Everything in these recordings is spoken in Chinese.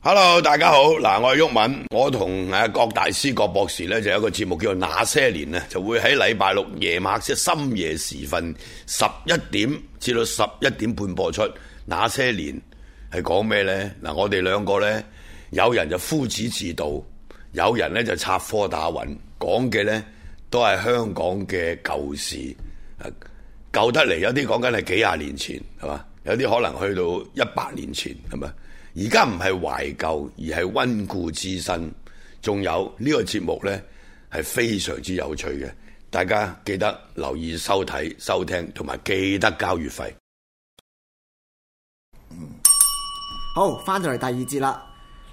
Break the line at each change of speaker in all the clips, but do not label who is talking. Hello，大家好，嗱，我係鬱敏，我同誒郭大師、郭博士咧就有一個節目叫做《那些年》咧，就會喺禮拜六夜晚即係深夜時分十一點至到十一點半播出。那些年係講咩咧？嗱，我哋兩個咧，有人就夫子自道，有人咧就插科打諢，講嘅咧都係香港嘅舊事。啊舊得嚟，有啲講緊係幾廿年前，係嘛？有啲可能去到一百年前，係咪？而家唔係懷舊，而係温故知新。仲有呢、個節目呢，係非常之有趣嘅，大家記得留意收睇、收聽，同埋記得交月費。
好，翻到嚟第二節啦。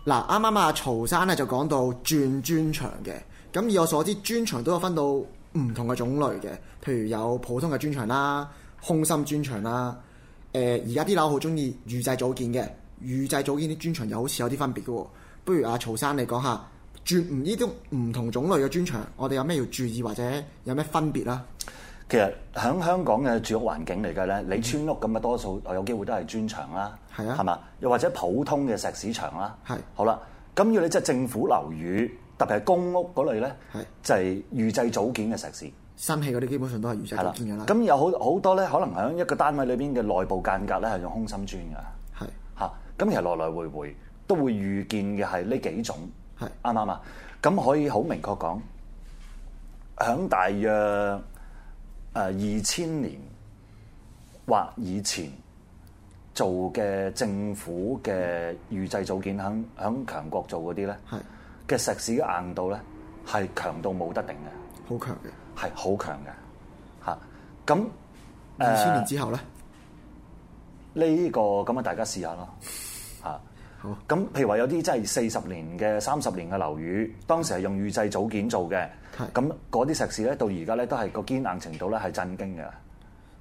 嗱，啱啱啊曹生咧就講到轉專長嘅，咁以我所知專長都有分到唔同嘅種類嘅，譬如有普通嘅專長啦、空心專長啦。誒而家啲樓好中意預製組件嘅，預製組件啲專長又好似有啲分別嘅喎。不如阿曹生你講下轉唔呢啲唔同種類嘅專長，我哋有咩要注意或者有咩分別啦？
其實喺香港嘅住屋環境嚟嘅咧，你村屋咁嘅啊多數有機會都係磚牆啦，
嗯係啊
係嘛？又或者普通嘅石屎牆啦，
係
好啦，咁要你即係政府樓宇，特別係公屋嗰類咧
係，
就係預製組件嘅石屎，
新器嗰啲基本上都係預製
係啦
組。件㗎啦，
咁有好好多咧，可能喺一個單位裏邊嘅內部間隔咧係用空心磚㗎，
係
嚇。咁其實來來回回都會預見嘅係呢幾種，
係
啱唔啱啊？咁可以好明確講，響大約誒二千年或以前做嘅政府嘅預製組件，響響強國做嗰啲咧
係
嘅石屎嘅硬度咧，係強到冇得頂嘅，
好強嘅。
係好強嘅嚇。咁
二千年之後咧，
呢個咁啊，大家試下 咯嚇。
好
咁譬如話有啲真係四十年嘅、三十年嘅樓宇，當時係用預製組件做嘅
係，
咁嗰啲石屎咧，到而家咧都係個堅硬程度咧係震驚嘅。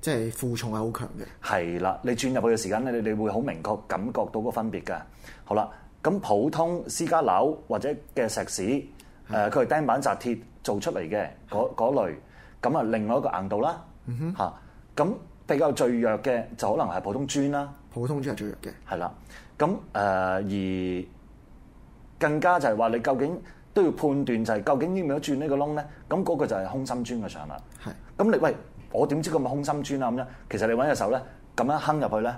即係負重係好強嘅。
係啦，你轉入去嘅時間咧，你你會好明確感覺到個分別㗎。好啦，咁普通私家樓或者嘅石屎，誒佢係釘板紮鐵做出嚟嘅嗰嗰類，咁啊另外一個硬度啦，
嗯
嚇咁比較最弱嘅就可能係普通磚啦。
普通磚係最弱嘅，
係啦，咁誒、呃而更加就係話你究竟都要判斷就係究竟應唔應該轉呢個窿咧？咁嗰個就係空心磚嘅上啦。
係
咁你喂，我點知佢咪空心磚啊？咁樣其實你揾隻手咧，咁樣哼入去咧，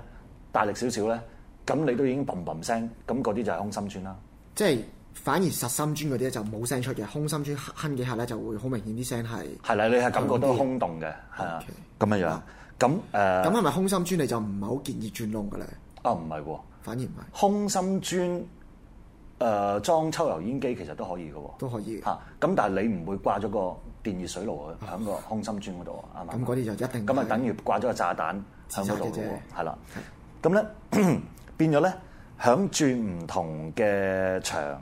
大力少少咧，咁你都已經砰砰聲，咁嗰啲就係空心磚啦。
即係反而實心磚嗰啲咧就冇聲出嘅，空心磚哼幾下咧就會好明顯啲聲係。
係啦，你係感覺到空洞嘅，係啊，咁樣樣。咁誒，
咁
呃
係咪空心磚你就唔係好建議轉窿嘅咧？
啊唔係喎，
反而唔係，
空心磚誒、呃、裝抽油煙機其實都可以嘅喎。
都可以嘅。
嚇，咁但係你唔會掛咗個電熱水爐啊喺個空心磚嗰度啊，啱
啊咁
唔
嗰
啱？
啲就一定
咁啊，
係
等於掛咗個炸彈喺嗰
自
度嘅
殺嘅啫
喎，係啦。咁咧變咗咧，響轉唔同嘅牆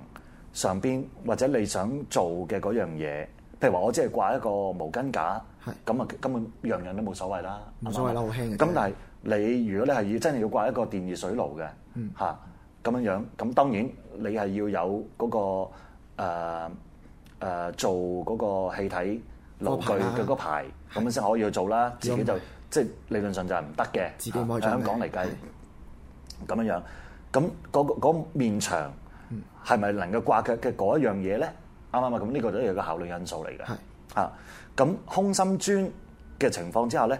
上邊，或者你想做嘅嗰樣嘢，譬如話我只係掛一個毛巾架
係，
咁啊根本樣樣都冇所謂啦，
冇所謂啦
啱唔啱
好輕嘅啫
咁但係你如果你係要真係要掛一個電熱水爐嘅嚇咁樣樣，咁當然你係要有嗰、個誒、呃呃做嗰個氣體爐具嘅嗰牌，咁樣先可以去做啦。自己就即係理論上就係唔得嘅，
自己唔可以
嚇
做
香港嚟計
係
咁樣樣。咁嗰個嗰面牆係咪能夠掛嘅嘅嗰一樣嘢咧？啱唔啱啊？咁呢個都有個考慮因素嚟嘅。
係
啊，咁空心磚嘅情況之下咧，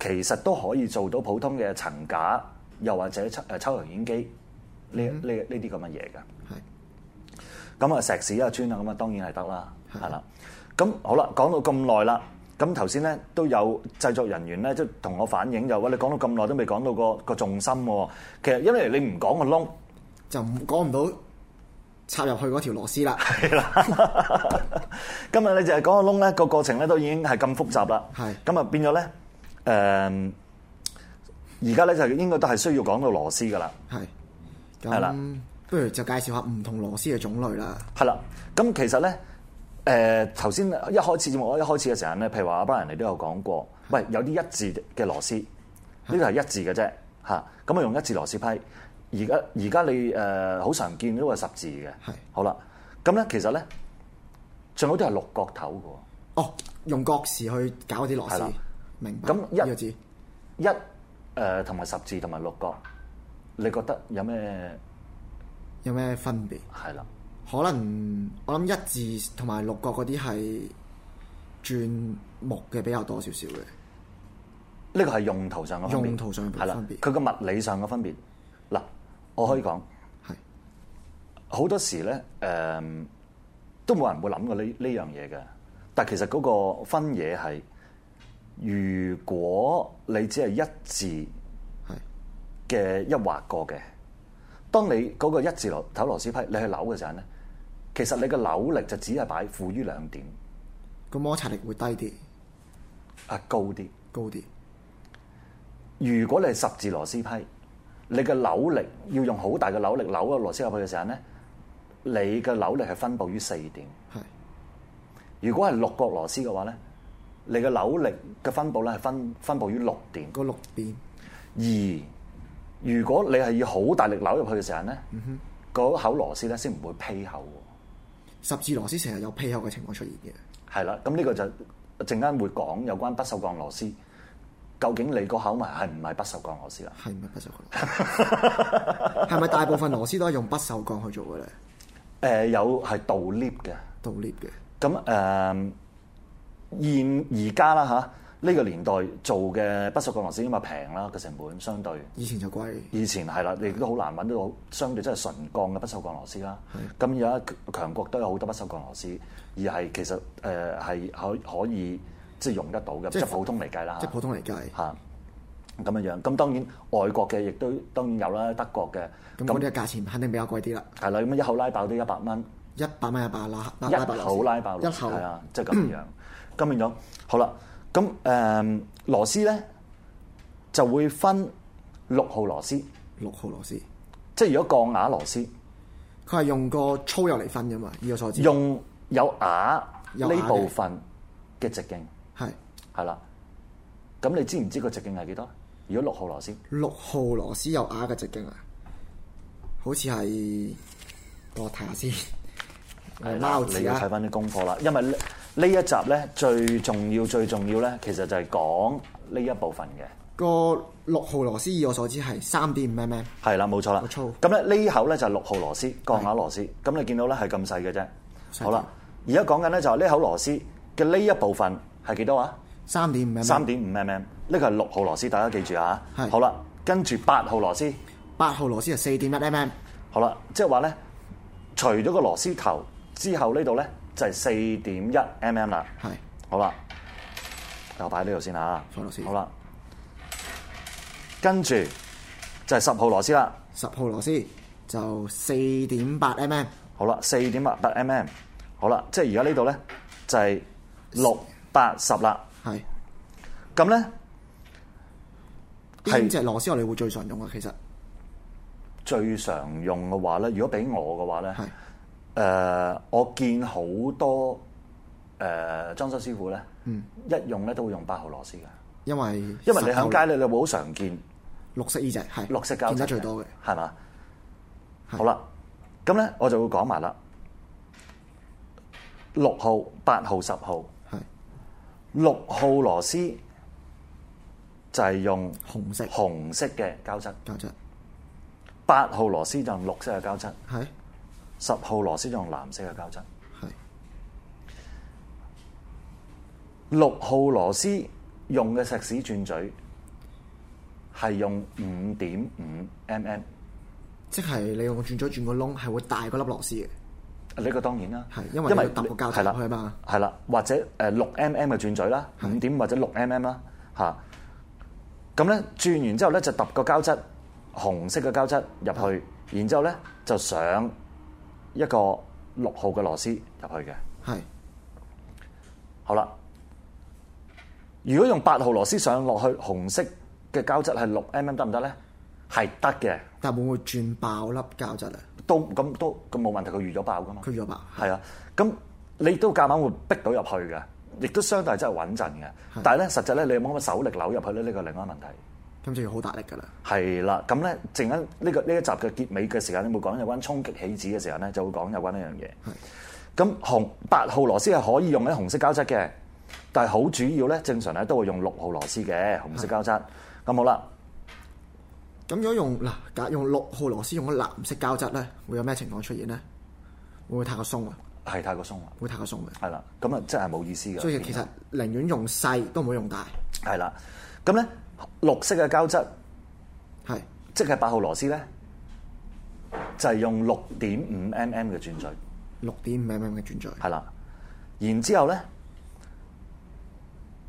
其實都可以做到普通嘅層架，又或者抽呃誒抽油煙機呢呢呢啲咁嘅嘢㗎。
係
咁啊石屎啊磚啊咁啊當然係得啦，
係
係啦。咁好啦，講到咁耐啦，咁頭先咧都有製作人員咧即係同我反映就話你講到咁耐都未講到個個重心喎。其實因為你唔講個窿，
就唔講唔到插入去嗰條螺絲 啦。
今日你就係講個窿咧，個過程咧都已經係咁複雜啦。
係
咁啊變咗咧誒，而家咧就應該都係需要講到螺絲噶啦。
係
係啦
咁，不如就介紹下唔同螺絲嘅種類啦。
係啦，咁其實咧，誒頭先一開始節目一開始嘅時候咧，譬如話阿班人你都有講過，喂有啲一字嘅螺絲，呢度係一字嘅啫嚇，咁啊用一字螺絲批。而家而家你誒好常見都係十字嘅，
係
好啦，咁咧其實咧，最好都係六角頭
哦，用角匙去搞啲螺
係啦
絲，明白？
咁一
呢個字
嘅呃喎，一誒同埋十字同埋六角，你覺得有咩
有咩分別？
係啦，
可能我諗一字同埋六角嗰啲係轉木嘅比較多少少嘅。
呢個係用途上嘅分別，
用途上嘅
係啦
分別
佢嘅物理上嘅分別。嗱，我可以講
係
好多時咧，誒、都冇人會諗過呢呢樣嘢嘅。但其實嗰個分野係，如果你只係一字
係
嘅一劃過嘅，當你嗰個一字螺頭螺絲批你去扭嘅時候咧，其實你嘅扭力就只係擺負於兩點，
個摩擦力會低啲、
啊高啲。
高啲，
如果你係十字螺絲批，你嘅扭力要用好大嘅扭力扭個螺絲入去嘅時候咧，你嘅扭力係分佈於四點。
係
如果係六角螺絲嘅話咧，你嘅扭力嘅分佈咧係分分佈於六點。
個六邊
而如果你係要好大力扭入去嘅時候咧，嗰、口螺絲咧先唔會披口喎。
十字螺絲成日有披口嘅情況出現嘅。
係啦，咁呢個就陣間會講有關不鏽鋼螺絲，究竟你個口埋係唔係不鏽鋼螺絲啦？
係咪不鏽鋼？ 係咪大部分螺絲都係用不鏽鋼去做嘅咧？
誒、有係倒 lift 嘅。
倒 lift 嘅
咁誒、現而家啦嚇，呢、個年代做嘅不鏽鋼螺絲因為平啦，個成本相對
以前就貴，
以前係啦，你都好難揾到好相對真係純鋼嘅不鏽鋼螺絲啦。咁而家強國都有好多不鏽鋼螺絲，而係其實誒係可可以即係用得到嘅，
即
即
係
係普通嚟計啦
即係普通嚟計，
嚇咁樣樣。咁當然外國嘅亦都當然有啦，德國嘅
咁嗰啲嘅價錢肯定比較貴啲啦。
係啦，咁一口拉爆都一百蚊。
一百蚊一百啦，
一口拉爆
一
螺絲，
口嗯
係啊，即係咁樣。咁變咗好啦，咁誒、螺絲咧就會分六號螺絲，
六號螺絲，
即係如果鋼牙螺絲
佢係用個粗油嚟分噶嘛？以我所知，
用有牙
有牙
呢
嘅
部分嘅直徑
係
係啦。咁你知唔知個直徑係幾多？如果六號螺絲
六號螺絲有牙嘅直徑啊，好似係我睇下先，
係啦
貓
你
字
要睇
啊，
翻啲功課啦，因為呢呢一集咧最重要最重要咧，其實就係講呢一部分嘅。
個六號螺絲以我所知係三點五 mm，
係啦，冇錯啦
好粗。
咁咧呢口咧就係六號螺絲，鋼牙螺絲。咁你見到咧係咁細嘅啫。好啦，而家講緊咧就係呢口螺絲嘅呢一部分係幾多啊？
三點五 mm，
三點五 mm，呢個係六號螺絲，大家記住啊。
係
好啦，跟住八號螺絲，
八號螺絲係四點一 mm，
好啦，即係話咧，除咗個螺絲頭之後呢度咧就係四點一 mm 啦。
係
好啦，我擺喺呢度先啊。
放落先
好啦，跟住就係十號螺絲啦。
十號螺絲就四點八 mm，
好啦，四點八八 mm，好啦，即係而家呢度咧就係六八十啦。
係
咁咧
邊
係
只螺絲我哋會最常用啊？其實
最常用嘅話咧，如果俾我嘅話咧，
係
誒、我見好多誒、呃、裝修師傅咧，
嗯
一用咧都會用八號螺絲嘅，
因為
因為你喺街咧，你會好常見
綠色呢只係
綠色膠，
見得最多嘅，，
係嘛？
係
好啦，咁咧我就會講埋啦，六號、八號、十號。
係
六號螺絲就係用
紅色
紅色嘅膠質，
膠質
八號螺絲就用綠色嘅膠質，
係
十號螺絲就用藍色嘅膠質。
係
六號螺絲用嘅石屎鑽嘴係用五點五 mm，
即係你用個轉嘴轉個窿係會大過粒螺絲嘅，
呢個當然啦，
係因為你要揼個膠
係
質
啦
落去啊嘛，
係啦，或者誒六 mm 嘅轉嘴啦，五點或者六 mm 啦嚇。咁咧轉完之後咧就揼個膠質紅色嘅膠質入去，然之後咧就上一個六號嘅螺絲入去嘅。
係
好啦，如果用八號螺絲上落去紅色嘅膠質係六 mm 得唔得咧？係得嘅，
但會唔會轉爆粒膠質啊？
都咁都咁冇問題，佢預咗爆噶嘛。
佢咗爆
係啊，咁你都夾硬會逼到入去嘅，亦都相對係真係穩陣嘅。但係咧，實際咧，你有冇乜手力扭入去咧？呢個另外一個問題。
咁就要好大力㗎啦，
係啦，咁咧，陣間呢個呢一集嘅結尾嘅時間咧，會講有關衝擊起子嘅時候咧，就會講有關呢樣嘢。咁紅八號螺絲係可以用喺紅色膠質嘅，但係好主要咧，正常咧都會用六號螺絲嘅紅色膠質。咁好啦，
咁如果用嗱，假用六號螺絲用咗藍色膠質咧，會有咩情況出現咧？會唔會太過鬆啊？
係太過鬆啦，
會太過鬆嘅。
係啦，咁啊真係冇意思嘅。
所以其實寧願用細都唔好用大，
係啦，咁咧綠色嘅膠質
係
即係八號螺絲咧，就係、用六點五 mm 嘅轉嘴，
六點五 mm 嘅轉嘴，
係啦，然之後咧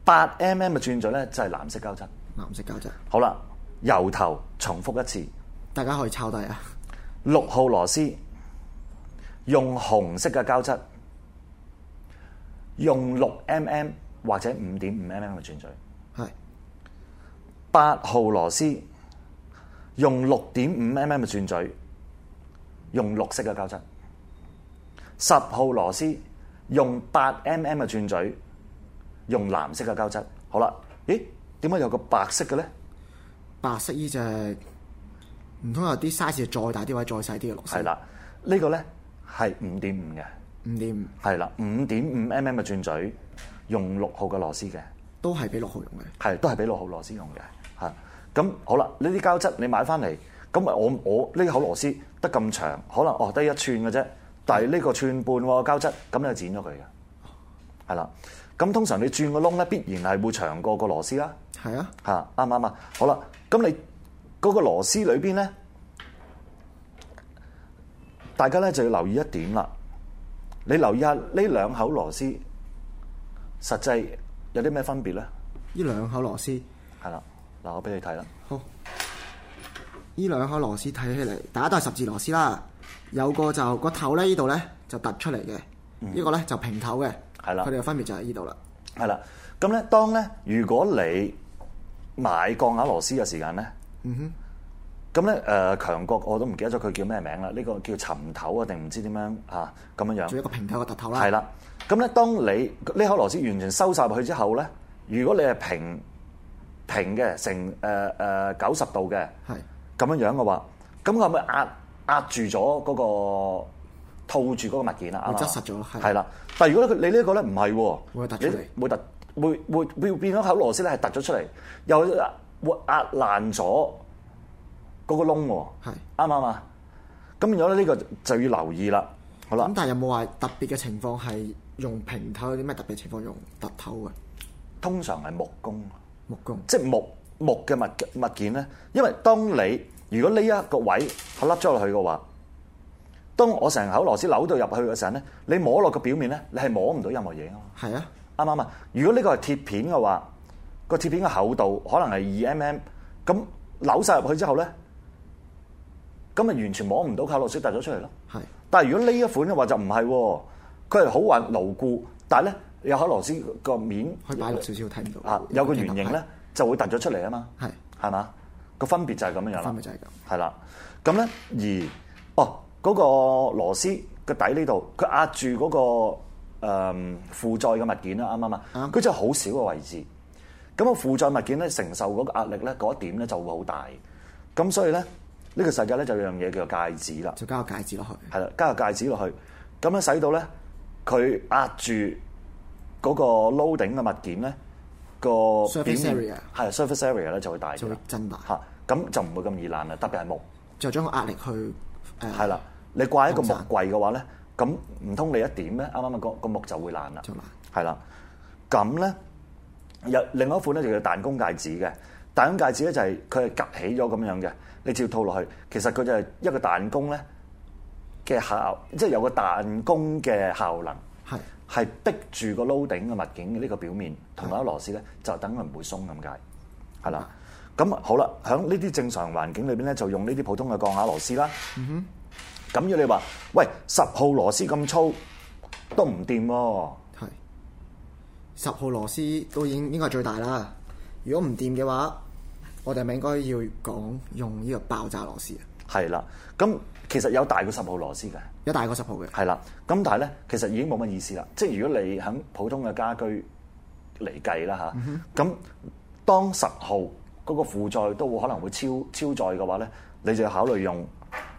八 mm 嘅轉嘴咧就係、藍色膠質。
藍色膠質，
好啦，由頭重複一次，
大家可以抄低啊。
六號螺絲用紅色嘅膠質，用六 mm 或者五點五 mm 嘅轉嘴。
係
八號螺絲用六點五 mm 嘅轉嘴，用綠色嘅膠質。十號螺絲用八 mm 嘅轉嘴，用藍色嘅膠質。好啦，咦？點解有個白色嘅咧？
白色呢只，唔通有啲 size 再大啲或者再細啲嘅螺絲？
係，啦，呢、個咧係五點五嘅，
五點五
係啦，五點五 mm 嘅轉嘴，用六號嘅螺絲嘅。
都係俾六號用嘅。
係都係俾六號螺絲用嘅嚇。咁好啦，呢啲膠質你買翻嚟，咁咪我我呢口螺絲得咁長，可能哦得一寸嘅啫，但係呢個寸半喎膠質，咁你就剪咗佢嘅，係啦。咁通常你轉個窿咧，必然係會長過個螺絲啦。
係啊，
嚇，啱唔啱啊？好啦，咁你嗰個螺絲裏邊咧，大家咧就要留意一點啦。你留意下呢兩口螺絲，實際有啲咩分別咧？
呢兩口螺絲，
係啦，嗱，我俾你睇啦，
好，呢兩口螺絲睇起嚟，大家都係十字螺絲啦。有個就個頭咧，呢度咧就突出嚟嘅，呢、個咧就平頭嘅。
嗯係啦
佢哋嘅分別就喺呢度啦。
係啦。咁咧，當咧，如果你買鋼牙螺絲嘅時間咧，
嗯
咁咧誒強國我都唔記得咗佢叫咩名啦，呢、個叫沉頭啊定唔知點樣啊咁樣
仲有
樣
一。個平頭嘅突頭啦。
係啦，咁咧，當你呢口螺絲完全收晒入去之後咧，如果你係平平嘅，成誒誒九十度嘅
係
咁樣樣嘅話，咁佢係咪壓壓住咗嗰、個套住嗰個物件啊？啱
會
唔啱啊
哦擠實咗係
係啦。但係如果佢你呢個咧唔係喎，
會突出嚟
你會突會會會變咗口螺絲咧係突咗出嚟，又會壓爛咗嗰個窿喎。
係
啱唔啱啊？咁變咗咧呢個就要留意啦。好啦
咁，但係有冇話特別嘅情況係用平頭？有啲咩特別情況用突頭嘅
通常係木工，
木工？
即係木木嘅物物件咧。因為當你如果呢一個位係凹咗落去嘅話，當我成口螺絲扭到入去嘅時候咧，你摸落個表面咧，你係摸唔到任何嘢啊嘛。
係啊，
啱唔啱啊？如果呢個係鐵片嘅話，個鐵片嘅厚度可能係二 mm，咁扭晒入去之後咧，咁咪完全摸唔到靠落水凸咗出嚟咯。
係
但係如果呢一款嘅話就唔係喎，佢係好穩牢固，但係咧有口螺絲個面
可以擺落少少睇唔到。
啊有個圓形咧就會凸咗出嚟啊嘛，
係
係嘛？個分別就係咁樣樣啦
分別，就係咁。
係啦。咁咧而哦嗰、個螺絲個底呢度，佢壓住嗰、個、誒負載嘅物件啦，啱唔啱啊？
啱
佢就好少嘅位置。咁個負載物件咧承受嗰個壓力咧，嗰一點咧就會好大。咁所以咧，呢、個世界咧就有樣嘢叫做戒指啦。
就加個戒指落去。
係啦，加個戒指落去，咁樣使到咧佢壓住嗰個 loading 嘅物件咧個
Surface
表
area
面係 surface area 咧就會大
就
咗
會，增大
嚇咁就唔會咁易爛啦，特別係木
就將個壓力去誒，
係啦，你掛一個
咁
木
散
櫃嘅話咧，咁唔通你一點咧，啱啊啱個個木就會爛啦
就爛，
係啦，咁咧有另外一款咧就叫彈弓戒指嘅。彈弓戒指咧就係佢係夾起咗咁樣嘅，你照套落去，其實佢就係一個彈弓咧嘅效，即係有個彈弓嘅效能。
係
係逼住個 loading 嘅物件嘅呢個表面同埋啲螺絲咧，就等佢唔會鬆咁解，係啦。咁好啦，喺呢啲正常環境裏邊咧，就用呢啲普通嘅鋼牙螺絲啦。咁要你話，喂，十號螺絲咁粗都唔掂喎，
係十號螺絲都已經應該係最大啦。如果唔掂嘅話，我哋係咪應該要講用呢個爆炸螺絲啊？
係啦。咁其實有大過十號螺絲嘅，
有大過十號嘅，
係啦。咁但係咧，其實已經冇乜意思啦。即係如果你喺普通嘅家居嚟計啦吓，咁、當十號嗰個負載都會可能會超超載嘅話咧，你就要考慮用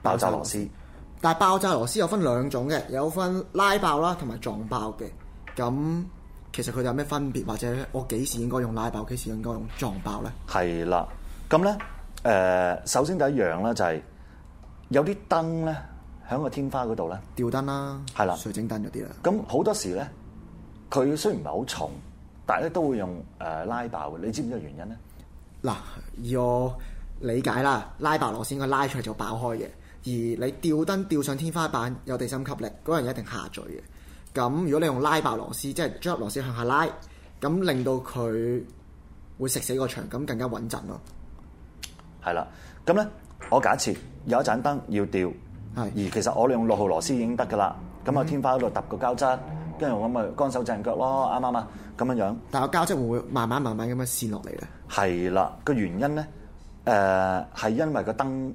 爆炸螺絲。
但係爆炸螺絲有分兩種嘅，有分拉爆啦同埋撞爆嘅。咁其實佢哋有咩分別，或者我幾時應該用拉爆，幾時應該用撞爆呢？
係啦，咁咧誒，首先第一樣咧就係、有啲燈咧喺個天花嗰度咧，
吊燈啦，
係啦
水晶燈嗰啲啦，
咁好多時咧，佢雖然唔係好重，但係咧都會用誒、拉爆嘅。你知唔知個原因咧？
嗱，以我理解啦，拉白螺絲應該拉出嚟就爆開嘅，而你吊燈吊上天花板有地心吸力，嗰人一定下墜嘅。咁如果你用拉白螺絲，即係將粒螺絲向下拉，咁令到佢會食死個牆，咁更加穩陣咯。
係啦，咁咧我假設有一盞燈要吊，而其實我哋用六號螺絲已經得㗎啦。咁啊天花嗰度揼個膠質，跟住我咪乾手淨腳咯，啱唔啱啊？咁樣樣。
但係個膠質會唔會慢慢慢慢咁樣線落嚟咧？
係啦，個原因咧，誒、係因為個燈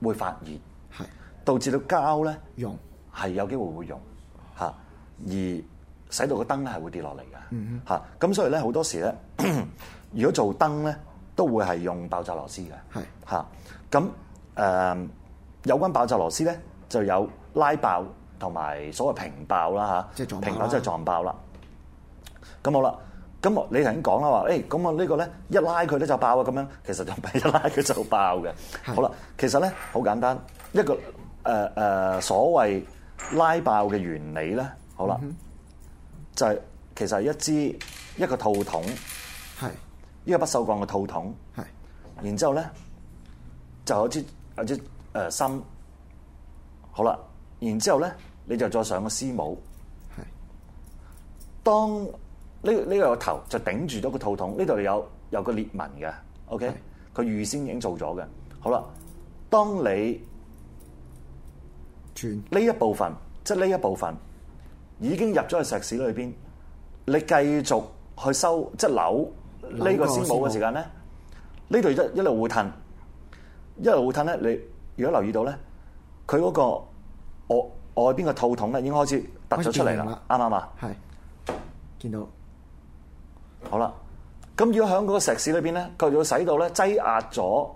會發熱，
係
導致到膠咧
用
係有機會會溶嚇，而使到個燈咧係會跌落嚟嘅嚇。咁、所以咧好多時咧， 如果做燈咧都會係用爆炸螺絲嘅
係
嚇。咁誒、有關爆炸螺絲咧就有拉爆同埋所謂平爆啦
即
嚇，
係撞爆啦
平爆即係撞爆啦。咁好啦。咁我你頭先講啦話，誒咁啊我呢個咧一拉佢咧就爆啊咁樣，其實就唔係一拉佢就爆嘅。好啦，其實咧好簡單，一個誒誒、呃呃所謂拉爆嘅原理咧，好啦，
嗯
就係、其實係一支一個套筒，
係
一個不鏽鋼嘅套筒，
係
然之後咧就有支有支誒、呃芯，好啦，然之後咧你就再上個絲帽。
係
當呢呢個頭就頂住咗個套筒，呢度有有個裂紋嘅，OK，佢預先已經做咗嘅。好啦，當你
轉
呢一部分，即係呢一部分已經入咗去石屎裏邊，你繼續去收即係扭呢個絲帽嘅時間咧，呢度一一路會褪，一路會褪咧。你如果留意到咧，佢嗰、個我外邊個套筒咧已經開始突咗出
開
嚟
始變形
啦
啦，
啱唔啱啊？
係見到
好啦，咁如果喺嗰個石屎裏邊咧，佢就會使到咧擠壓咗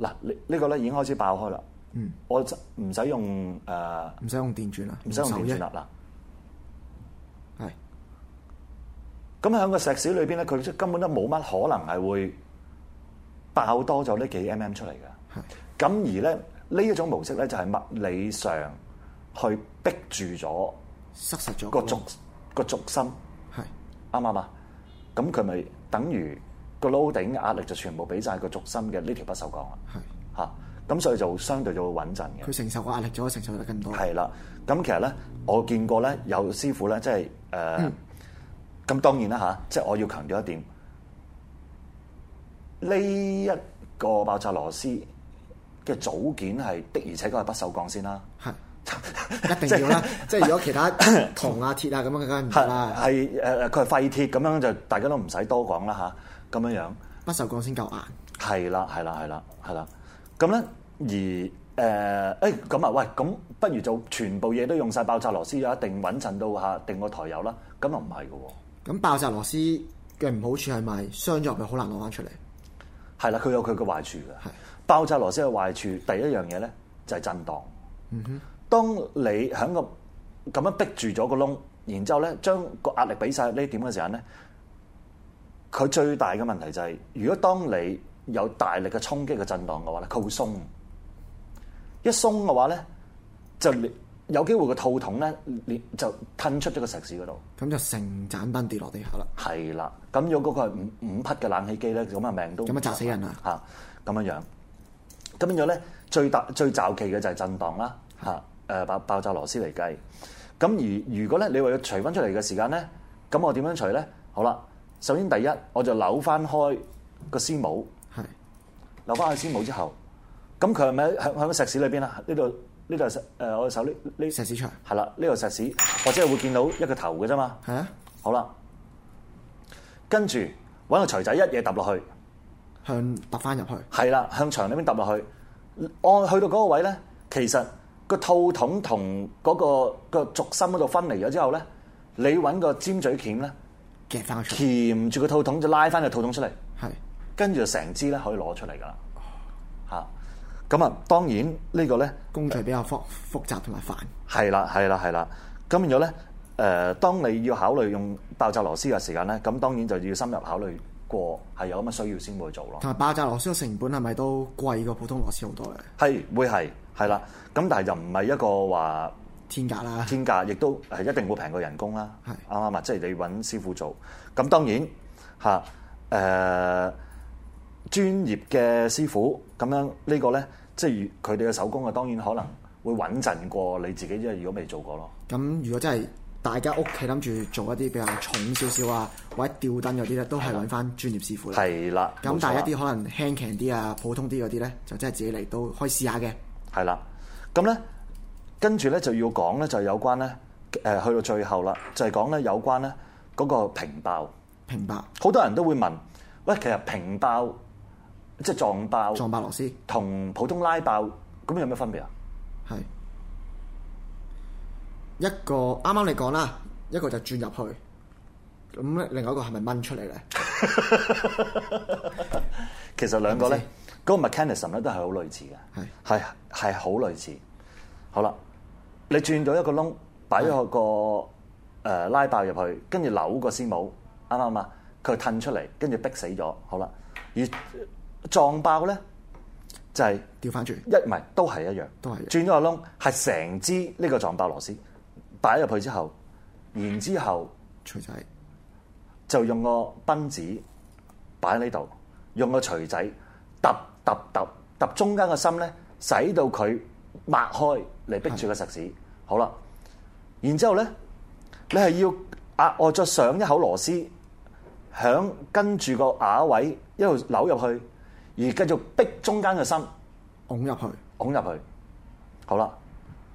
嗱，呢呢個咧已經開始爆開啦。嗯，我就唔使用誒，
唔使用電轉啦，
唔使用
手
電鑽
啫，
啦
係
嗱。咁喺個石屎裏邊咧，佢根本都冇乜可能係會爆多咗呢幾 mm 出嚟嘅。咁而咧呢一種模式咧，就係物理上去逼住咗
塞實咗
個
個
軸個軸心。
係
啱唔啱啊？咁佢咪等於個 loading 嘅壓力就全部俾晒個軸心嘅呢條不鏽鋼啦。
係
嚇，咁所以就相對就會穩陣嘅
佢。承受個壓力咗，承受得更多。
係啦，咁其實咧，我見過咧有師傅咧，即係誒，咁、呃當然啦吓，即係我要強調一點，呢、一個爆炸螺絲嘅組件係的而且確係不鏽鋼先啦。
係一定要啦，即係如果其他銅啊、鐵啊咁樣梗係唔得
係
啦，
係誒，呃佢係廢鐵咁樣就大家都唔使多講啦吓，咁樣樣。
不鏽鋼先夠硬。
係啦，係啦，係啦，係啦。咁咧，而誒，誒咁啊，喂，咁不如就全部嘢都用晒爆炸螺絲，一定穩陣到嚇，定個台油啦。咁又唔係嘅喎，
咁爆炸螺絲嘅唔好處係咪傷咗入去好難攞翻出嚟？
係啦，佢有佢嘅壞處嘅。爆炸螺絲嘅壞處，第一樣嘢咧就係震盪。當你喺個咁樣逼住咗個窿，然之後咧將個壓力俾晒呢點嘅時間咧，佢最大嘅問題就係、如果當你有大力嘅衝擊嘅震盪嘅話咧，佢會鬆。一鬆嘅話咧，就連有機會個套筒咧，連就吞出咗個石屎嗰度。
咁就成盞燈跌落地下啦。
係啦，咁如果嗰個係五五匹嘅冷氣機咧，咁啊命都
咁啊砸死人啦
嚇咁樣樣，咁樣樣咧最大最罩忌嘅就係震盪啦嚇誒爆爆炸螺絲嚟計，咁而如果咧你話要除翻出嚟嘅時間咧，咁我點樣除咧？好啦，首先第一我就扭翻開個絲帽，
係
扭翻開絲帽之後，咁佢係咪喺喺個石屎裏邊啊？呢度呢度係石誒我嘅手呢呢
石屎牆
係啦，呢度石屎，我只係會見到一個頭嘅啫嘛。
係啊，
好啦，跟住揾個錘仔一嘢揼落去，
向揼翻入去。
係啦，向牆裏邊揼落去。按去到嗰個位咧，其實個套筒同嗰、個、個軸心嗰度分離咗之後咧，你揾個尖嘴鉗咧，
夾翻出嚟，
鉗住個套筒就拉翻個套筒出嚟，
係
跟住就成支咧可以攞出嚟噶啦。嚇，咁啊，當然呢個咧。
工序比較複複雜同埋煩。
係啦，係啦，係啦。咁呃變咗咧，誒、當你要考慮用爆炸螺絲嘅時間咧，咁當然就要深入考慮過係有咁嘅需要先會做咯。
同埋爆炸螺絲嘅成本係咪都貴過普通螺絲好多咧？
係會係係啦，咁但係就唔係一個話
天價啦，
天價，亦都係一定會平過人工啦。
係
啱唔啱啊？即係你揾師傅做，咁當然嚇誒、呃專業嘅師傅咁樣呢個咧，即係佢哋嘅手工啊，當然可能會穩陣過你自己，因為如果未做過咯。
咁如果真係大家屋企諗住做一啲比較重少少啊，或者吊燈嗰啲咧，都係揾翻專業師傅啦。
係啦，
咁
冇錯啊
但
啦
係一啲可能輕強啲啊、普通啲嗰啲咧，就真係自己嚟都可以試下嘅。
係啦，咁咧跟住咧就要講咧就有關咧誒、去到最後啦，就係講咧有關咧嗰個平爆，
平白
好多人都會問，喂，其實平爆即係撞爆
撞爆螺絲
同普通拉爆咁有咩分別啊？
係一個啱啱你講啦，一個就轉入去。咁另外一個係咪掹出嚟咧？
其實兩個
係
咧
咪
嗰個 mechanism 咧都係好類似嘅，係係好類似。好啦，你轉咗一個窿，擺咗個誒、呃拉爆入去，跟住扭個絲帽，啱唔啱啊？佢褪出嚟，跟住逼死咗。好啦，而撞爆咧就係、
調翻轉，
一唔係都係一樣，
都係一樣
轉咗個窿，係成支呢個撞爆螺絲擺入去之後，然之後。
錘仔
就用個賓子擺喺呢度，用個錘仔揼揼揼揼中間個心咧，使到佢擘開嚟逼住個石屎。好啦，然之後咧，你係要額外再上一口螺絲，響跟住個瓦位一路扭入去，而繼續逼中間嘅心
拱入去，
拱入去。好啦，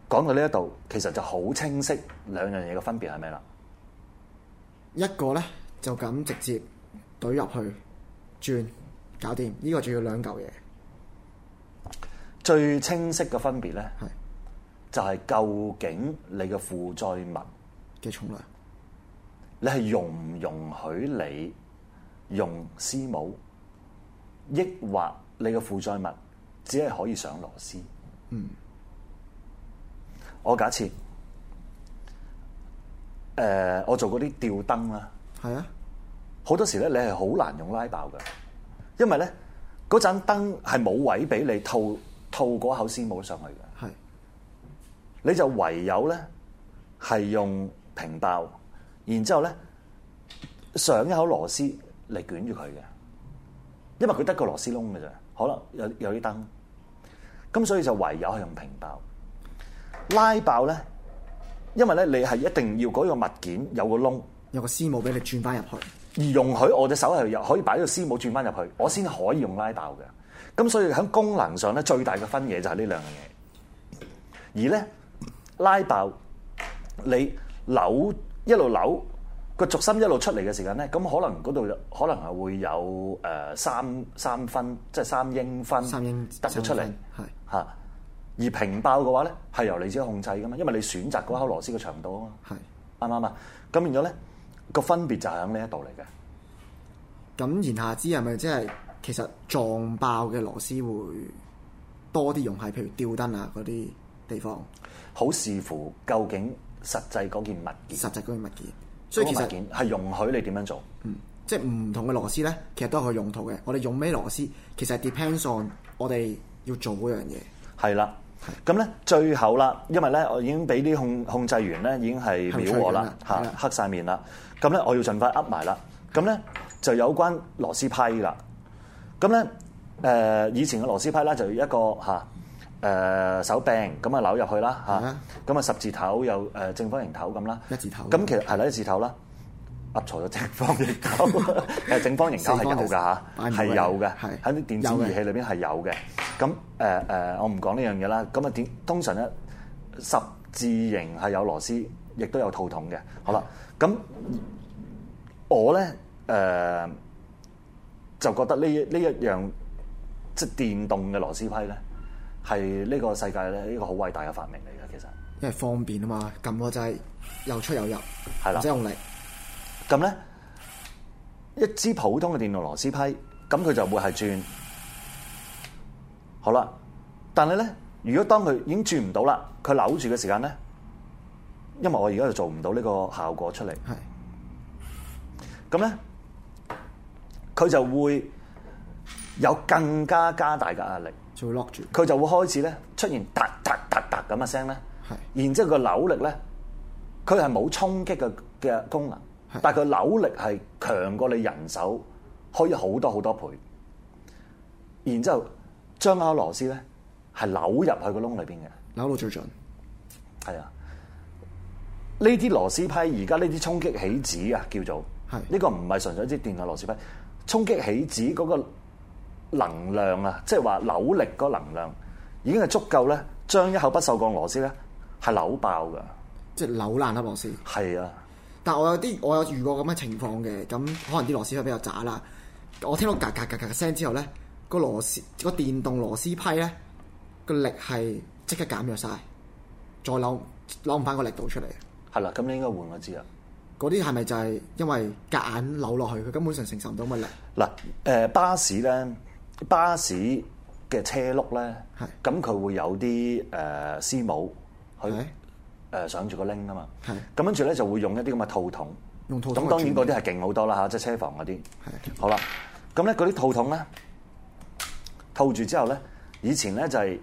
講到呢一度，其實就好清晰兩樣嘢嘅分別係咩啦？
一個咧就咁直接懟入去轉，搞掂。呢、個仲要兩嚿嘢，
最清晰嘅分別咧。
係
就係究竟你嘅負載物，
嘅重量。
你係容唔容許你用絲母，抑或你嘅負載物只係可以上螺絲？嗯，我假設，誒、呃我做嗰啲吊燈啦，
係啊，
好多時咧你係好難用拉爆嘅，因為咧嗰盞燈係冇位俾你套套嗰口絲母上去嘅。
係
你就唯有咧係用平爆，然之後咧上一口螺絲嚟捲住佢嘅，因為佢得個螺絲窿嘅啫，可能有有啲燈，咁所以就唯有係用平爆。拉爆咧，因為咧你係一定要嗰個物件有個窿，
有個絲帽俾你轉翻入去，
而容許我隻手係入可以擺咗絲帽轉翻入去，我先可以用拉爆嘅。咁所以喺功能上咧，最大嘅分野就係呢兩樣嘢。而咧拉爆你扭一路扭個軸心一路出嚟嘅時間咧，咁可能嗰度就可能係會有誒、呃三三分，即係三英分，
三英
得哦咗出嚟
三英分
嚇。而平爆嘅話咧，係由你自己控制噶嘛，因為你選擇嗰口螺絲嘅長度啊嘛。
係。
啱唔啱啊？咁變咗咧個分別就係喺呢一度嚟嘅。
咁言下之係咪即係其實撞爆嘅螺絲會多啲用喺譬如吊燈啊嗰啲地方，
好視乎究竟實際嗰件物件，
實際嗰啲物件。所
所
以其
嗯物
實
件係容許你點樣做。
即係唔同嘅螺絲咧，其實都有佢用途嘅。我哋用咩螺絲，其實係 depends on 我哋要做嗰樣嘢。
係啦，咁咧最後啦，因為咧我已經俾啲控控制員咧已經係秒我啦，
係
嚇
啦
黑晒面啦。咁咧我要盡快噏埋啦。咁咧就有關螺絲批啦。咁咧誒以前嘅螺絲批啦，就一個嚇誒、手柄咁啊扭入去啦
係啊
嚇，咁啊十字頭有誒正方形頭咁啦，
一字頭
咁其實係啦一字頭啦。噏錯咗正方形頭， 誒正方形頭係有㗎嚇，
四方形
係有嘅，
係
喺啲電子
有嘅
儀器裏邊係有嘅。咁誒誒，我唔講呢樣嘢啦。咁啊點？通常咧十字形係有螺絲，亦都有套筒嘅。好啦，咁我咧誒、呃就覺得呢一呢一樣即係電動嘅螺絲批咧，係呢個世界咧一個好偉大嘅發明嚟嘅，其實。
因為方便啊嘛，撳個掣又出又入，
係啦
唔使用力。
咁咧一支普通嘅電動螺絲批，咁佢就會係轉。好啦，但係咧，如果當佢已經轉唔到啦，佢扭住嘅時間咧，因為我而家就做唔到呢個效果出嚟，
係
咁咧佢就會有更加加大嘅壓力。
就會 lock 住。
佢就會開始咧出現突突突突咁嘅聲咧，
係
然之後個扭力咧，佢係冇衝擊嘅嘅功能
係，
但係佢扭力係強過你人手，可以好多好多倍。然之後將歐羅斯咧係扭入去個窿裏邊嘅，
扭到最盡，
係啊。呢啲螺絲批而家呢啲衝擊起子啊，叫做
係
呢個唔係純粹一啲電腦螺絲批，衝擊起子嗰個能量啊，即係話扭力嗰個能量已經係足夠咧，將一口不鏽鋼螺絲咧係扭爆㗎。
即係扭爛粒螺絲。
係啊，
但我有啲我有遇過咁嘅情況嘅，咁可能啲螺絲批比較渣啦。我聽到嘎嘎嘎嘎嘅聲之後咧，個螺絲個電動螺絲批咧個力係即刻減弱晒，再扭扭唔翻個力度出嚟。
係啦，咁你應該換個支啊。
嗰啲係咪就係因為夾硬扭落去，佢根本上承受唔到乜力？
嗱，誒巴士咧，巴士嘅車轆咧
係，
咁佢會有啲誒絲帽去
係
誒上住個鈴啊嘛
係，
咁跟住咧就會用一啲咁嘅套筒，
用套筒
咁
去
當然
轉
嗰啲係勁好多啦嚇，即係車房嗰啲。
係
好啦，咁咧嗰啲套筒咧套住之後咧，以前咧就係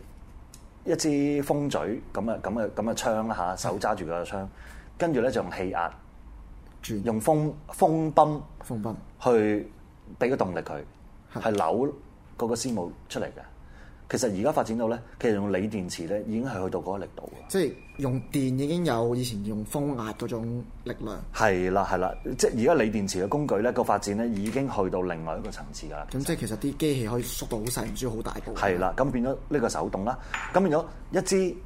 一支風嘴咁啊咁嘅咁嘅槍啦嚇，手揸住個槍，跟住咧就用氣壓，
轉
用風風泵。
風泵
去俾個動力佢，
係
係扭嗰個絲帽出嚟嘅。其實而家發展到咧，其實用鋰電池咧已經係去到嗰個力度啊嘅。
即係用電已經有以前用風壓嗰種力量，
係啦，係啦，即係而家鋰電池嘅工具咧個發展咧已經去到另外一個層次㗎啦。
咁即係其實啲機器可以縮到好細，唔需要好大部。
係啦，咁變咗呢個手動啦，咁變咗一支誒、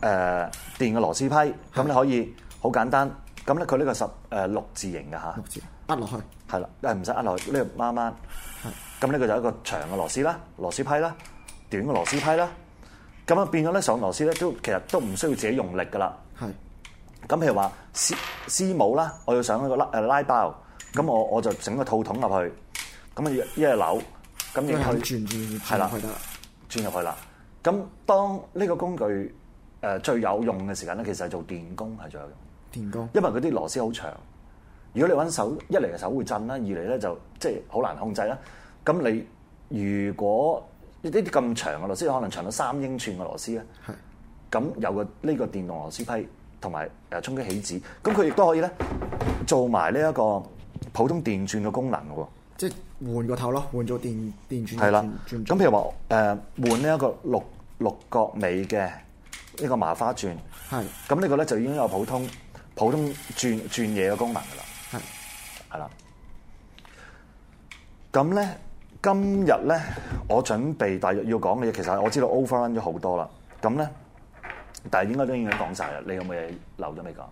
呃、電嘅螺絲批，咁你可以好簡單，咁咧佢呢個十誒、呃六字形嘅嚇
六，字壓落去，
係啦，誒唔使呃壓落去呢度掹一掹，咁呢個就一個長嘅螺絲啦，螺絲批啦，短嘅螺絲批啦，咁啊變咗咧上螺絲咧都其實都唔需要自己用力噶啦。
係
咁譬如話絲絲帽啦，我要上一個拉誒拉包，咁我我就整個套筒入去，咁啊一一係扭，咁
因為
然
佢
後
轉轉
係
轉
啦
落去得啦。
轉入去啦。咁當呢個工具誒、呃最有用嘅時間咧，其實係做電工係最有用。
電工
因為嗰啲螺絲好長。如果你揾手，一嚟手會震啦，二嚟咧就即係好難控制啦。咁你如果呢啲咁長嘅螺絲，可能長到三英寸嘅螺絲咧，
係
咁有個呢個電動螺絲批同埋誒衝擊起子，咁佢亦都可以咧做埋呢一個普通電鑽嘅功能嘅喎。
即係換個頭咯，換做電電轉
係啦，
嗯轉
咁
轉
譬如話誒、呃、換呢一個六六角尾嘅呢個麻花鑽，
係
咁呢個咧就已經有普通普通轉轉嘢嘅功能㗎啦。
係
係啦。咁咧，今日咧，我準備大約要講嘅嘢，其實我知道 overrun 咗好多啦。咁咧，但係應該都已經講晒啦。你有冇嘢留咗未講？
誒，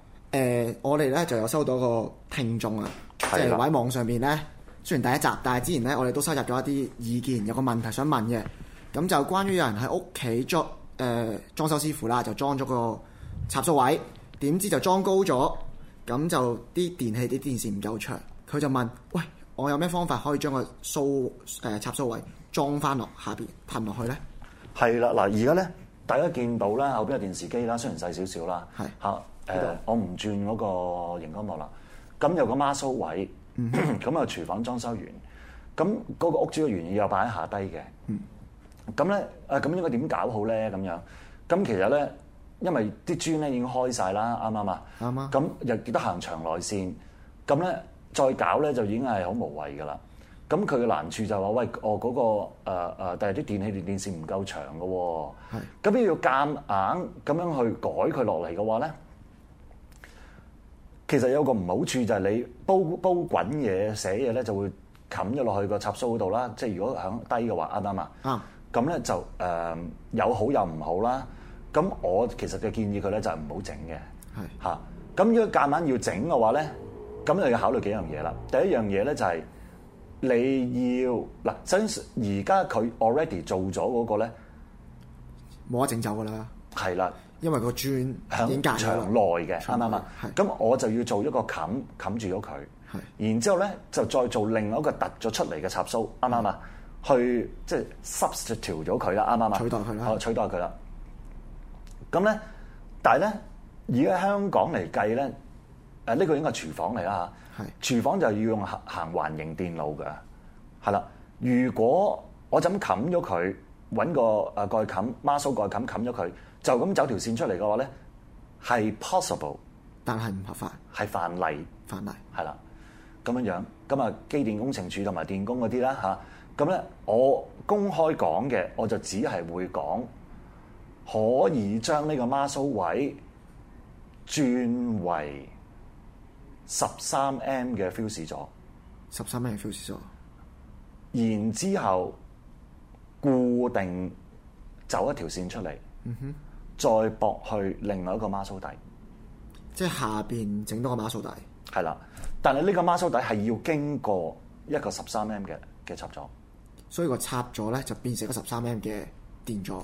呃我哋咧就有收到個聽眾啊，即
係啦
係喺網上邊咧，雖然第一集，但係之前咧我哋都收集咗一啲意見，有個問題想問嘅，咁就關於有人喺屋企裝誒裝修師傅啦，就裝咗個插蘇位，點知就裝高咗，咁就啲電器啲電視唔夠長，佢就問：喂，我有咩方法可以將個蘇誒插蘇位裝翻落下邊噴落去咧？
係啦，嗱，而家咧，大家見到啦，後邊有電視機啦，雖然細少少啦，
係
嚇誒，我唔轉嗰個熒光幕啦。咁有個孖蘇位， 咁啊廚房裝修員，咁嗰個屋主嘅原意又擺喺下低嘅。咁咧誒，咁應該點搞好咧？咁樣咁其實咧，因為啲磚咧已經開晒啦，啱唔啱啊？
啱啊
咁又亦都行長內線，咁咧再搞咧就已經係好無謂噶啦。咁佢嘅難處就係話：喂，我嗰、個誒誒，呃但係啲電器電電視唔夠長嘅喎。係。咁要夾硬咁樣去改佢落嚟嘅話咧，其實有個唔好處就係你煲煲滾嘢寫嘢咧就會冚咗落去個插蘇嗰度啦。即係如果響低嘅話，啱唔啱啊？
啱。
咁咧就誒、呃有好有唔好啦。咁我其實嘅建議佢咧就係唔好整嘅。
係
嚇。咁如果夾硬要整嘅話咧，咁就要考慮幾樣嘢啦。第一樣嘢咧就係、你要嗱，首先而家佢 already 做咗嗰個咧
冇得整走噶啦，
係啦，
因為個磚已經
響
隔咗啦
場內嘅，啱唔啱啊
係？
咁我就要做一個冚冚住咗佢
係，
然之後咧就再做另外一個突咗出嚟嘅插蘇，啱唔啱
嗯
啊？去即係 substitute 咗佢啦，啱唔啱啊？
取代佢啦
哦取代佢啦。咁咧，但係咧，而家香港嚟計咧，誒呢個應該係廚房嚟啦嚇
係。
廚房就要用行行環形電路嘅，係啦，如果我就咁冚咗佢，揾個誒蓋冚孖蘇蓋冚冚咗佢，就咁走條線出嚟嘅話咧，係 possible
但係唔合法
係犯例
犯例。
係啦，咁樣樣咁啊，機電工程署同埋電工嗰啲啦嚇，咁、咧我公開講嘅，我就只係會講可以將呢個孖蘇位轉為十三 M 嘅 fuse 座。
十三蚊嘅 fuse 咗，
然之後固定走一條線出嚟，再駁去另外一個孖蘇底，
即係下邊整多個馬數底，
係啦。但係呢個孖蘇底係要經過一個十三 M 嘅嘅插座，
所以個插座咧就變成一個十三 M 嘅電座，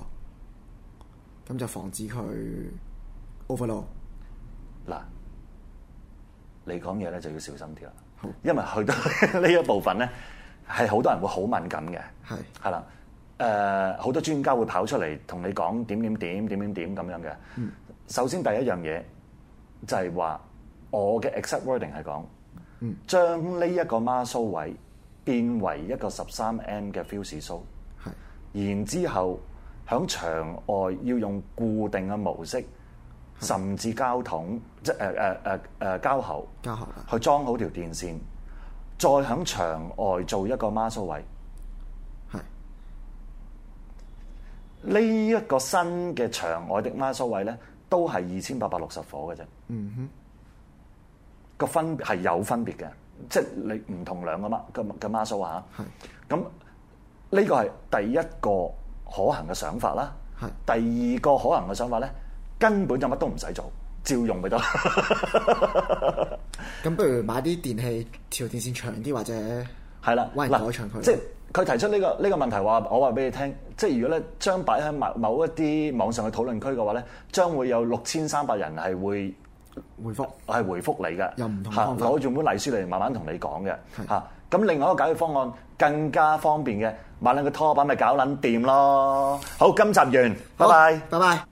咁就防止佢 overload。
嗱，你講嘢咧就要小心啲啦，因為去到 呢一部分咧係好多人會好敏感嘅，
係
係啦。誒好、多專家會跑出嚟同你講點點點點點點咁樣嘅。首先第一樣嘢就係話我嘅 exact wording 係講將呢一個孖蘇位變為一個十三 M 嘅 fuse 蘇，
係
然之後響場外要用固定嘅模式，甚至膠桶即係誒誒誒誒膠喉
交合啦，
去裝好條電線，再響場外做一個孖蘇位。
係
呢一個新嘅場外的孖蘇位咧，都係二千八百六十火嘅啫。嗯哼，個分別係有分別嘅，即係你唔同兩個孖嘅嘅孖蘇啊
係
咁呢個係第一個可行嘅想法啦。
係
第二個可能嘅想法咧，根本就乜都唔使做，照 用咪得啦。
咁不如買啲電器條電線長啲或者
係啦，
喂
嗱
改長佢
即係佢提出呢、個呢、個問題話，我話俾你聽，即係如果咧將擺喺某某一啲網上嘅討論區嘅話咧，將會有六千三百人係會。
回覆。
係回覆你嘅，
有唔同嘅
嚇
方法
攞住本例書嚟慢慢同你講嘅
係
嚇。咁另外一個解決方案更加方便嘅，買兩個拖板咪搞撚掂咯。好，今集完，拜拜
好。拜拜。